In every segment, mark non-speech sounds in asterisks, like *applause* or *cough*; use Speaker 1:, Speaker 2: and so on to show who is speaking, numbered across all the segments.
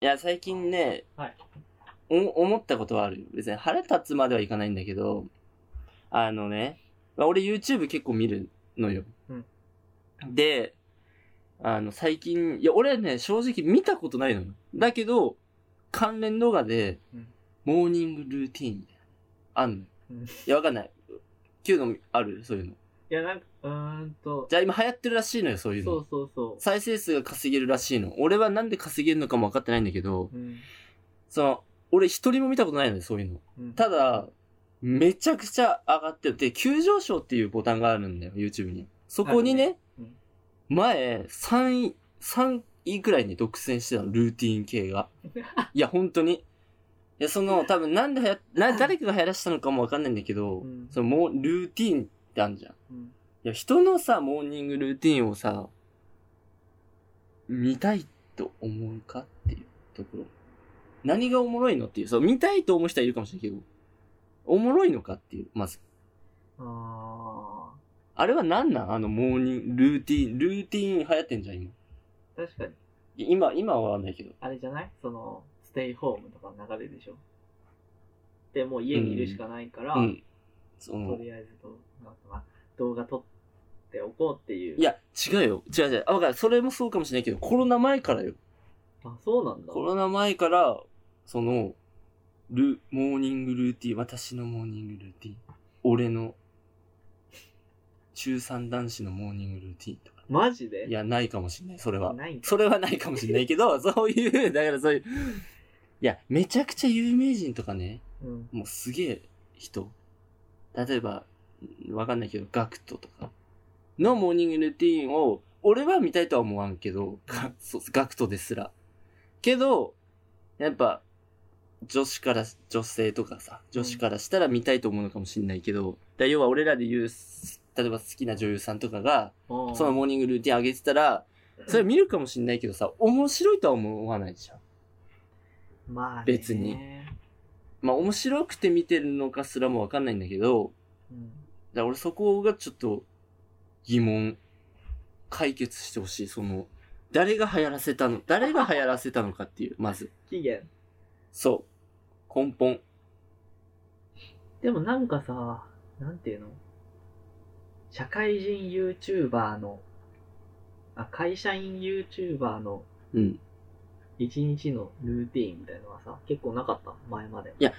Speaker 1: いや、最近ね、
Speaker 2: はい
Speaker 1: お思ったことはあるよ。別に腹立つまではいかないんだけど、あのね、まあ俺 YouTube 結構見るのよ。
Speaker 2: うん
Speaker 1: で、あの、最近、いや、俺ね、正直見たことないのよ。だけど、関連動画で
Speaker 2: うん、
Speaker 1: モーニングルーティーンみたいな、あんのよ
Speaker 2: うん。
Speaker 1: いや、わかんない。キューのあるそういうの。
Speaker 2: いや、なんか、うーんと、
Speaker 1: じゃあ今流行ってるらしいのよ、そういうの。
Speaker 2: そうそうそ
Speaker 1: 再生数が稼げるらしいの。俺はなんで稼げるのかも分かってないんだけど、
Speaker 2: う。うん。
Speaker 1: その、俺一人も見たことないので、そういうの。
Speaker 2: うん、
Speaker 1: ただ、めちゃくちゃ上がってる。で、急上昇っていうボタンがあるんだよ、YouTube に。そこにね、
Speaker 2: あるね
Speaker 1: 前、3位、3位くらいに独占してたの、ルーティン系
Speaker 2: *laughs*
Speaker 1: が。いや、本当に。いや、その、多分なんではや、な、誰かが流行らしたのかもわかんないんだけど、
Speaker 2: うん
Speaker 1: その、もう、ルーティンってあるじゃん。
Speaker 2: うん、
Speaker 1: いや、人のさ、モーニングルーティンをさ、見たいと思うかっていうところ。何がおもろいのっていう、そう、見たいと思う人はいるかもしれないけど、おもろいのかっていう、まず。
Speaker 2: あ
Speaker 1: あれは何なんあの、モーニング、ルーティン、ルーティン流行ってんじゃん、今。
Speaker 2: ー確かに、
Speaker 1: い今、今はわかんないけど。
Speaker 2: あれじゃないその、ステイホームとかの流れでしょ。で、もう家にいるしかないから、
Speaker 1: うん。そ
Speaker 2: と
Speaker 1: の、
Speaker 2: りあえずと、なんか動画撮っておこうっていう。
Speaker 1: い、や、違うよ。違う違う。あ、わかる。それもそうかもしれないけど、コロナ前からよ。
Speaker 2: あ、そうなんだ。
Speaker 1: コロナ前から、その、ル、モーニングルーティン、私のモーニングルーティン、俺の、中3男子のモーニングルーティンとか。
Speaker 2: マジで
Speaker 1: いや、ないかもしんない、それは。
Speaker 2: ないんだ
Speaker 1: それはないかもしんないけど、そういう、だからそういう、いや、めちゃくちゃ有名人とかね、
Speaker 2: うん。
Speaker 1: もうすげえ人。例えば、わかんないけど、ガクトとかのモーニングルーティーンを、俺は見たいとは思わんけど、か *laughs* そうガクトですら。けど、やっぱ、女子から、女性とかさ、女子からしたら見たいと思うのかもしんないけど、だから要は俺らで言う、例えば好きな女優さんとかが、
Speaker 2: そ
Speaker 1: そのモーニングルーティーン上げてたら、それ見るかもしんないけどさ、面白いとは思わないじゃん。
Speaker 2: まあね、
Speaker 1: 別にまあ面白くて見てるのかすらもわかんないんだけど、
Speaker 2: うん。
Speaker 1: だから俺そこがちょっと疑問解決してほしいその誰が流行らせたの誰が流行らせたのかっていうまず
Speaker 2: 期限。
Speaker 1: そう根本
Speaker 2: でもなんかさ、なんていうの社会人 YouTuber の、あ、会社員 YouTuber の
Speaker 1: うん
Speaker 2: 一日のルーティーンみたいのはさ、結構なかった前まで。
Speaker 1: じゃ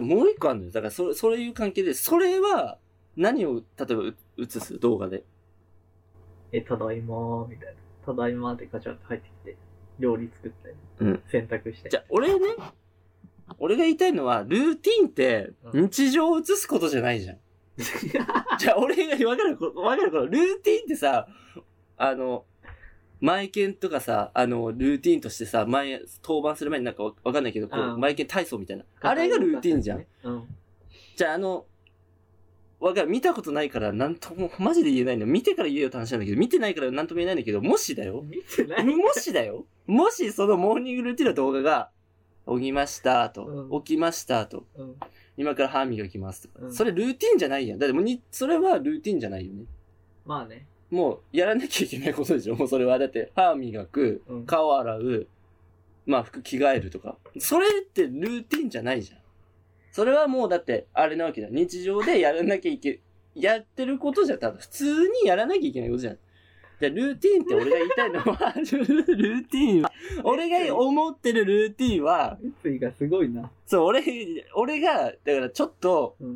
Speaker 1: あもう一個あるのよだからそれそういう関係でそれは何を例えばう映す動画で
Speaker 2: え、ただいまー、みたいな。ただいまーってガチャって入ってきて、料理作ったり、
Speaker 1: うん
Speaker 2: 洗濯して。
Speaker 1: じゃあ俺ね俺が言いたいのはルーティンって
Speaker 2: うん
Speaker 1: 日常を映すことじゃないじゃん *laughs*
Speaker 2: *laughs*
Speaker 1: じゃあ俺が分かるこわかるこのルーティンってさあの前剣とかさあのルーティンとしてさ前登板する前になんかわわかんないけどこ
Speaker 2: う
Speaker 1: うん前剣体操みたいなあれがルーティンじゃん。
Speaker 2: うん。
Speaker 1: じゃああのわかる見たことないからなんともマジで言えないの見てから言えよって話なんだけど見てないからなんとも言えないんだけどもしだよ *laughs*
Speaker 2: 見てない
Speaker 1: もしだよ。もしそのモーニングルーティンの動画が、起きましたと、
Speaker 2: うん
Speaker 1: 起きましたと、
Speaker 2: うん。
Speaker 1: 今から歯磨きますとか、
Speaker 2: うん
Speaker 1: それルーティンじゃないやん。だってもうに、それはルーティンじゃないよね。
Speaker 2: まあね。
Speaker 1: もう、やらなきゃいけないことでしょ。もうそれは。だって、歯磨く、
Speaker 2: うん。
Speaker 1: 顔洗う、まあ服着替えるとか。それってルーティンじゃないじゃん。それはもうだって、あれなわけじゃん。日常でやらなきゃいけ、やってることじゃん、ただ普通にやらなきゃいけないことじゃん。じゃあルーティンって俺が言いたいのは、ルーティンは、俺が思ってるルーティンは、
Speaker 2: 三井がすごいな。
Speaker 1: そう、俺、俺が、だからちょっと、
Speaker 2: うん。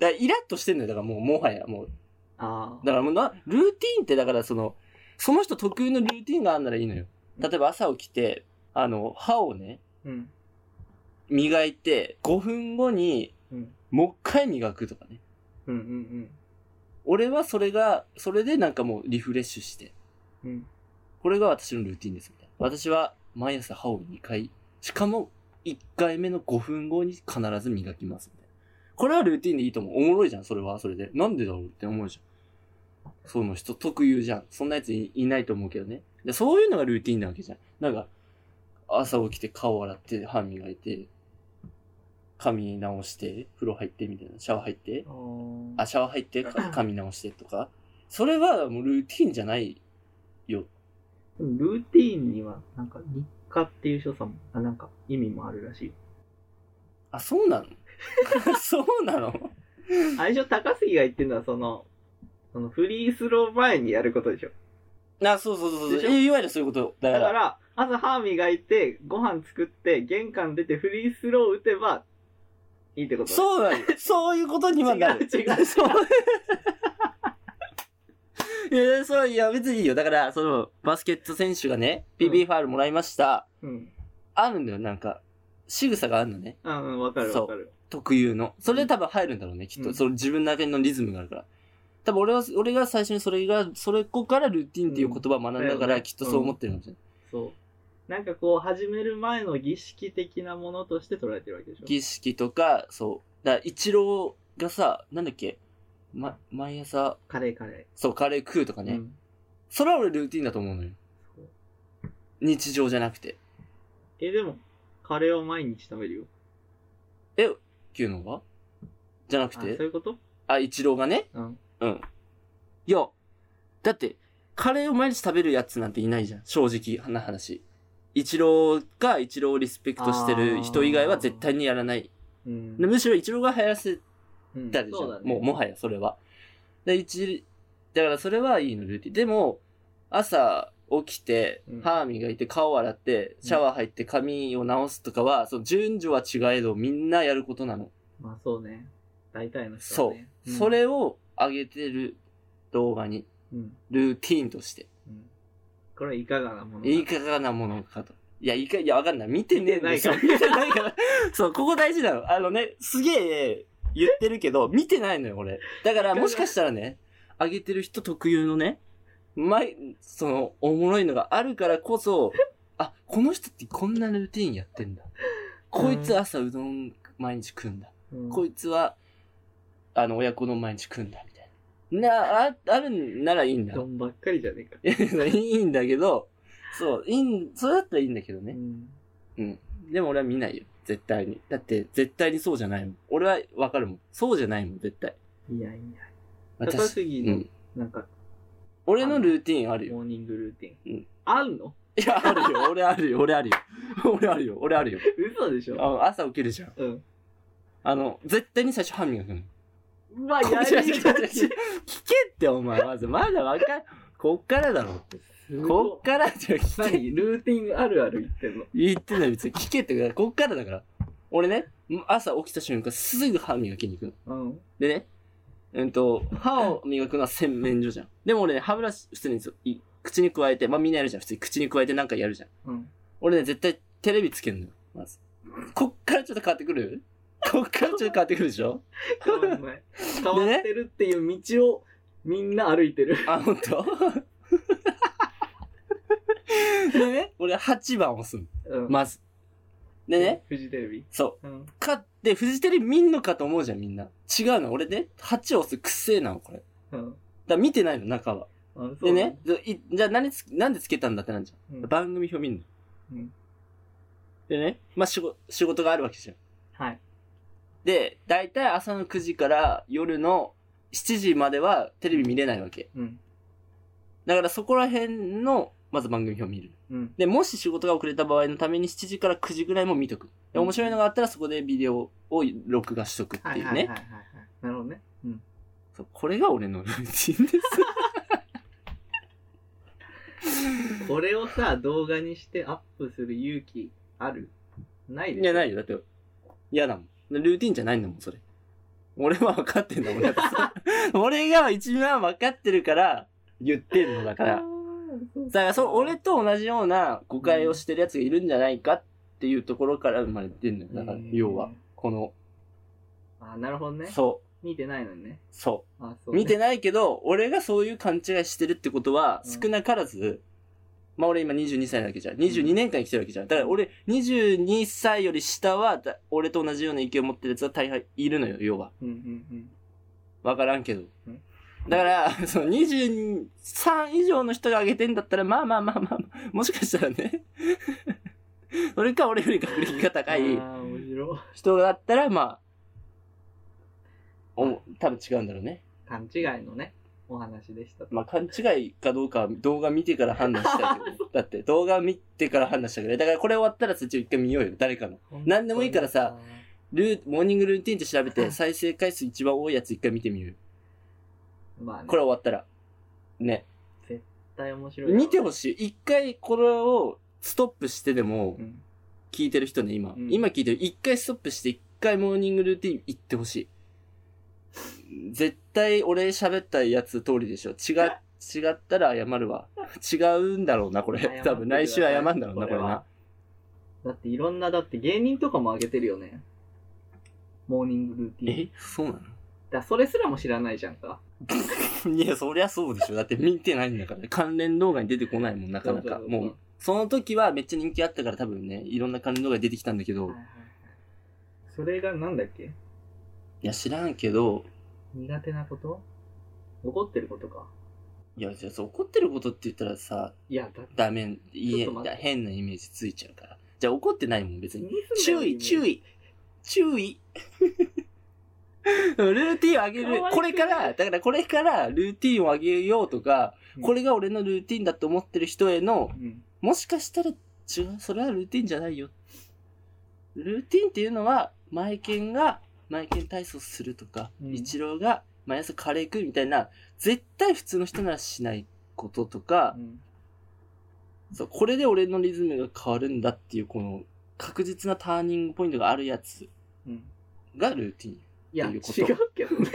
Speaker 1: だからイラッとしてんのよ。だからもう、もはや、もう。
Speaker 2: ああ。
Speaker 1: だからもうな、ルーティンってだからその、その人特有のルーティンがあるならいいのよ。例えば朝起きて、あの、歯をね、
Speaker 2: うん。
Speaker 1: 磨いて、5分後に、
Speaker 2: うん。
Speaker 1: もう一回磨くとかね。
Speaker 2: うんうん
Speaker 1: 俺はそれが、それでなんかもうリフレッシュして、
Speaker 2: うん。うん。
Speaker 1: これが私のルーティンですみたいな。私は毎朝歯を2回、しかも1回目の5分後に必ず磨きますみたいな。これはルーティンでいいと思う。おもろいじゃん、それは、それで。なんでだろうって思うじゃん。その人特有じゃん。そんなやついいないと思うけどね。でそういうのがルーティンなわけじゃん。なんか、朝起きて顔洗って、歯磨いて、髪直して、風呂入ってみたいな、シャワー入って、
Speaker 2: あ
Speaker 1: あ、
Speaker 2: あ。
Speaker 1: シャワー入って、か髪直してとか。それはもうルーティンじゃないよ。
Speaker 2: でもルーティーンには、なんか日課っていう所作も、あなんか意味もある
Speaker 1: *laughs*
Speaker 2: らしい。
Speaker 1: あ、そうなの *laughs* そうなの
Speaker 2: 相性高杉が言ってるのは、その、そのフリースロー前にやることでしょ。
Speaker 1: あ、そうそうそうそう。
Speaker 2: でしょ
Speaker 1: えいわゆるそういうことだから。
Speaker 2: だから、朝歯磨いて、ご飯作って、玄関出てフリースロー打てば、いいってことう
Speaker 1: そうなの。 *laughs* そういうことにはなる。 *laughs*
Speaker 2: 違う違う
Speaker 1: そう。いや、そう、いや、別にいいよ。だから、その、バスケット選手がね、PB ファールもらいました。
Speaker 2: うん。
Speaker 1: あるんだよ、なんか。仕草があるのね。
Speaker 2: あうん、わかる
Speaker 1: そう
Speaker 2: わかる。
Speaker 1: 特有の。それで多分入るんだろうね、きっと。
Speaker 2: うん
Speaker 1: その自分の中のリズムがあるから。多分俺は、俺が最初にそれが、それこからルーティンっていう言葉を学んだ
Speaker 2: うんだ
Speaker 1: か
Speaker 2: よ
Speaker 1: ら、
Speaker 2: ね
Speaker 1: きっとそう思ってるかもしれない。
Speaker 2: そう。なんかこう、始める前の儀式的なものとして捉えてるわけでしょ。
Speaker 1: 儀式とか、そう。だから、一郎がさ、なんだっけ、ま、毎朝、
Speaker 2: カレーカレ
Speaker 1: そう、カレー食うとか
Speaker 2: ー。
Speaker 1: ね。
Speaker 2: うん
Speaker 1: それは俺ルーティンだと思うのよ。
Speaker 2: そう
Speaker 1: 日常じゃなくて。
Speaker 2: え、でも、カレーを毎日食べるよ。
Speaker 1: っていうのがじゃなく
Speaker 2: あ、そうい
Speaker 1: て。
Speaker 2: うこと
Speaker 1: あ、一郎がね。
Speaker 2: うん。
Speaker 1: うん。いや、だって、カレーを毎日食べるやつなんていないじゃん。正直な話。一郎が一郎をリスペクトしてる人以外は絶対にやらない。
Speaker 2: うん
Speaker 1: でむしろ一郎が流行らせ
Speaker 2: うん
Speaker 1: たでし
Speaker 2: そう
Speaker 1: ょ
Speaker 2: だ。ね
Speaker 1: もう、もはやそれは。で、一、だからそれはいいの、ルーティン。でも、朝起きて
Speaker 2: うん、
Speaker 1: 歯磨いて、顔洗って、シャワー入って、髪を直すとかは、その順序は違えど、みんなやることなの。
Speaker 2: まあそうね。大体の人
Speaker 1: そ
Speaker 2: は
Speaker 1: う
Speaker 2: ね。。ん
Speaker 1: そ、れを上げてる動画に、
Speaker 2: うん。
Speaker 1: ルーティーンとして。
Speaker 2: うんこれはいかがなものか
Speaker 1: いかがなものかと。いや、いか、いや、わかんない。見てねえんですよ
Speaker 2: 見
Speaker 1: 見てないから。そう、ここ大事なの。あのね、すげえ言ってるけど、見てないのよ、俺。だから、もしかしたらね、上げてる人特有のね、前、その、おもろいのがあるからこそ、あ、この人ってこんなルーティーンやってんだ。こいつ朝うどん毎日食うんだ。
Speaker 2: うん
Speaker 1: こいつは、あの、親子の毎日食うんだ、みたいな。な、あ、あるんならいいんだ。
Speaker 2: どんばっかりじゃねえか。
Speaker 1: いや *laughs* いいんだけど、そう、いいん、それだったらいいんだけど
Speaker 2: う
Speaker 1: ね。
Speaker 2: ん
Speaker 1: うん。でも俺は見ないよ。絶対に。だって、絶対にそうじゃないもん。俺はわかるもん。そうじゃないもん、絶対。
Speaker 2: いやいや。高
Speaker 1: 私、
Speaker 2: 杉
Speaker 1: う
Speaker 2: の
Speaker 1: ん。
Speaker 2: なんか、
Speaker 1: 俺のルーティンあるよ。
Speaker 2: モーニングルーティ
Speaker 1: う
Speaker 2: ン
Speaker 1: ん。
Speaker 2: あんの *laughs*
Speaker 1: いや、あるよ。俺あるよ。俺あるよ。俺あるよ。俺あるよ。
Speaker 2: 嘘でし
Speaker 1: あ
Speaker 2: ょ
Speaker 1: の朝起きるじゃん。
Speaker 2: うん。
Speaker 1: あの、絶対に最初歯磨くの。
Speaker 2: うわ、
Speaker 1: こ
Speaker 2: や
Speaker 1: っちは
Speaker 2: り
Speaker 1: 聞
Speaker 2: が
Speaker 1: け
Speaker 2: ち。
Speaker 1: って、お前。まず、まだわかん、こっからだろ。
Speaker 2: す
Speaker 1: こ
Speaker 2: ご
Speaker 1: っからじゃ聞け
Speaker 2: 何ルーティンあるある言ってんの
Speaker 1: 言ってない別に聞けってくださいこっからだから俺ね朝起きた瞬間すぐ歯磨きに行くの
Speaker 2: うん。
Speaker 1: でねうんと歯を磨くのは洗面所じゃんでも俺ね歯ブラシ普通にそうい口に加えてまあみんなやるじゃん普通に口に加えてなんかやるじゃん
Speaker 2: うん。
Speaker 1: 俺ね絶対テレビつけんのよまずこっからちょっと変わってくるこっからちょっと変わってくるでしょ
Speaker 2: 変
Speaker 1: *laughs*
Speaker 2: わんない。変わってるっていう道をみんな歩いてる。
Speaker 1: あ本当でね俺8番押すの
Speaker 2: うん。
Speaker 1: まずでね
Speaker 2: フジテレビ。
Speaker 1: そう
Speaker 2: うん。
Speaker 1: かって、フジテレビ見んのかと思うじゃん、みんな。違うの、俺ね、8を押すくせえなの、これ。だか
Speaker 2: うん。
Speaker 1: ら見てないの、中は。
Speaker 2: あ
Speaker 1: でね、、いじゃあ何つ、なんでつけたんだってなんじ
Speaker 2: そう
Speaker 1: ゃ。
Speaker 2: うんん
Speaker 1: 番組表見んの。
Speaker 2: うん
Speaker 1: でね、まあ、仕事、仕事があるわけじゃん。
Speaker 2: はい。
Speaker 1: で、だいたい朝の9時から夜の7時まではテレビ見れないわけ。
Speaker 2: うん。
Speaker 1: だからそこら辺の、まず番組表見る。
Speaker 2: うん。
Speaker 1: で、もし仕事が遅れた場合のために7時から9時ぐらいも見とく。で、
Speaker 2: うん
Speaker 1: 面白いのがあったらそこでビデオを録画しとくっていうね。
Speaker 2: はいはいはいはいはい。なるほどね。うん。
Speaker 1: そうこれが俺のルーティンです。
Speaker 2: これをさ、動画にしてアップする勇気あるないでし
Speaker 1: *laughs*
Speaker 2: ょ
Speaker 1: いや、ないよ。だって、嫌だもん。ルーティンじゃないんだもん、それ。俺は分かってん *laughs* だもん。だってさ俺が一番分かってるから言ってんのだから。
Speaker 2: あ
Speaker 1: だ
Speaker 2: ー。そう
Speaker 1: から、そう俺と同じような誤解をしてるやつがいるんじゃないかっていうところから生まれてんのよ。だから
Speaker 2: う、ん
Speaker 1: 要は。この、
Speaker 2: あ、なるほどね。
Speaker 1: そ
Speaker 2: 見てないのにね
Speaker 1: う、。そ。
Speaker 2: あ、そううね。
Speaker 1: 見てないけど、俺がそういう勘違いしてるってことは、
Speaker 2: うん
Speaker 1: 少なからず、まあ俺今22歳なわけじゃん。22年間生きてるわけじゃん。だから俺、22歳より下は、だ俺と同じような意見を持ってるやつは大半いるのよ、要は。
Speaker 2: うんうん
Speaker 1: わからんけど
Speaker 2: うん。
Speaker 1: だから、 *laughs* その23以上の人が上げてんだったら、まあまあまあまあ、もしかしたらね、 *laughs* それか俺より学歴が
Speaker 2: うん。
Speaker 1: 高い
Speaker 2: あー、面白い。
Speaker 1: 人だったら、まあ、お多分違うんだろうね。
Speaker 2: 勘違いのね。お話でしたと。
Speaker 1: まあ、勘違いかどうかは動画見てから判断したいけどねだって動画見てから判断したぐらい。だからこれ終わったらそっちを一回見ようよ。誰かの。なんでもいいからさルー、モーニングルーティンって調べて再生回数一番多いやつ一回見てみる。
Speaker 2: 本当にさ、まあね、
Speaker 1: これ終わったら。ね。
Speaker 2: 絶対面白い。
Speaker 1: 見てほ
Speaker 2: しい。
Speaker 1: しい。一回これをストップしてでも
Speaker 2: う、ん、
Speaker 1: 聞いてる人ね、今。
Speaker 2: うん
Speaker 1: 今聞いてる。一回ストップして一回モーニングルーティン行ってほしい。絶対俺喋ったやつ通りでしょ。違、違ったら謝るわ。違うんだろうな、こ
Speaker 2: 謝って
Speaker 1: れ。
Speaker 2: ください
Speaker 1: 多分来週謝るんだろうな、こ
Speaker 2: こ
Speaker 1: れ
Speaker 2: れ
Speaker 1: な
Speaker 2: は。だっていろんな、だって芸人とかも上げてるよね。モーニングルーティン。
Speaker 1: えそうな
Speaker 2: だからそれすらも知らないじゃんか。
Speaker 1: の *laughs* いや、そりゃそうでしょ。だって見てないんだから。 *laughs* 関連動画に出てこないもん、なかな
Speaker 2: そう
Speaker 1: か。
Speaker 2: そうそうそう
Speaker 1: もう、その時はめっちゃ人気あったから多分ね、いろんな関連動画出てきたんだけど
Speaker 2: はい、はいはいそれがなんだっけ
Speaker 1: いや、知らんけど、
Speaker 2: 苦手なこと怒ってることか。
Speaker 1: いや、じゃあそう怒ってることって言ったらさ、
Speaker 2: いや、だって
Speaker 1: ダメ、いえ
Speaker 2: ちょっと待って
Speaker 1: 変なイメージついちゃうから。じゃあ怒ってないもん、別に。
Speaker 2: 注
Speaker 1: 注意、注。意、注
Speaker 2: *laughs*
Speaker 1: 意。ルーティンを上げ
Speaker 2: かわ
Speaker 1: る
Speaker 2: いそう。
Speaker 1: これから、だからこれからルーティンを上げようとか、
Speaker 2: うん
Speaker 1: これが俺のルーティンだと思ってる人への、
Speaker 2: うん。
Speaker 1: もしかしたら違う、それはルーティンじゃないよ。ルーティンっていうのは、マイケンがマイケン体操するとか、
Speaker 2: うん
Speaker 1: イチローが毎朝カレー食うみたいな、絶対普通の人ならしないこととか、
Speaker 2: うん
Speaker 1: そう、これで俺のリズムが変わるんだっていう、この確実なターニングポイントがあるやつ
Speaker 2: うん。
Speaker 1: がルーティン。
Speaker 2: いや、
Speaker 1: って
Speaker 2: 違
Speaker 1: いううこと
Speaker 2: けどね。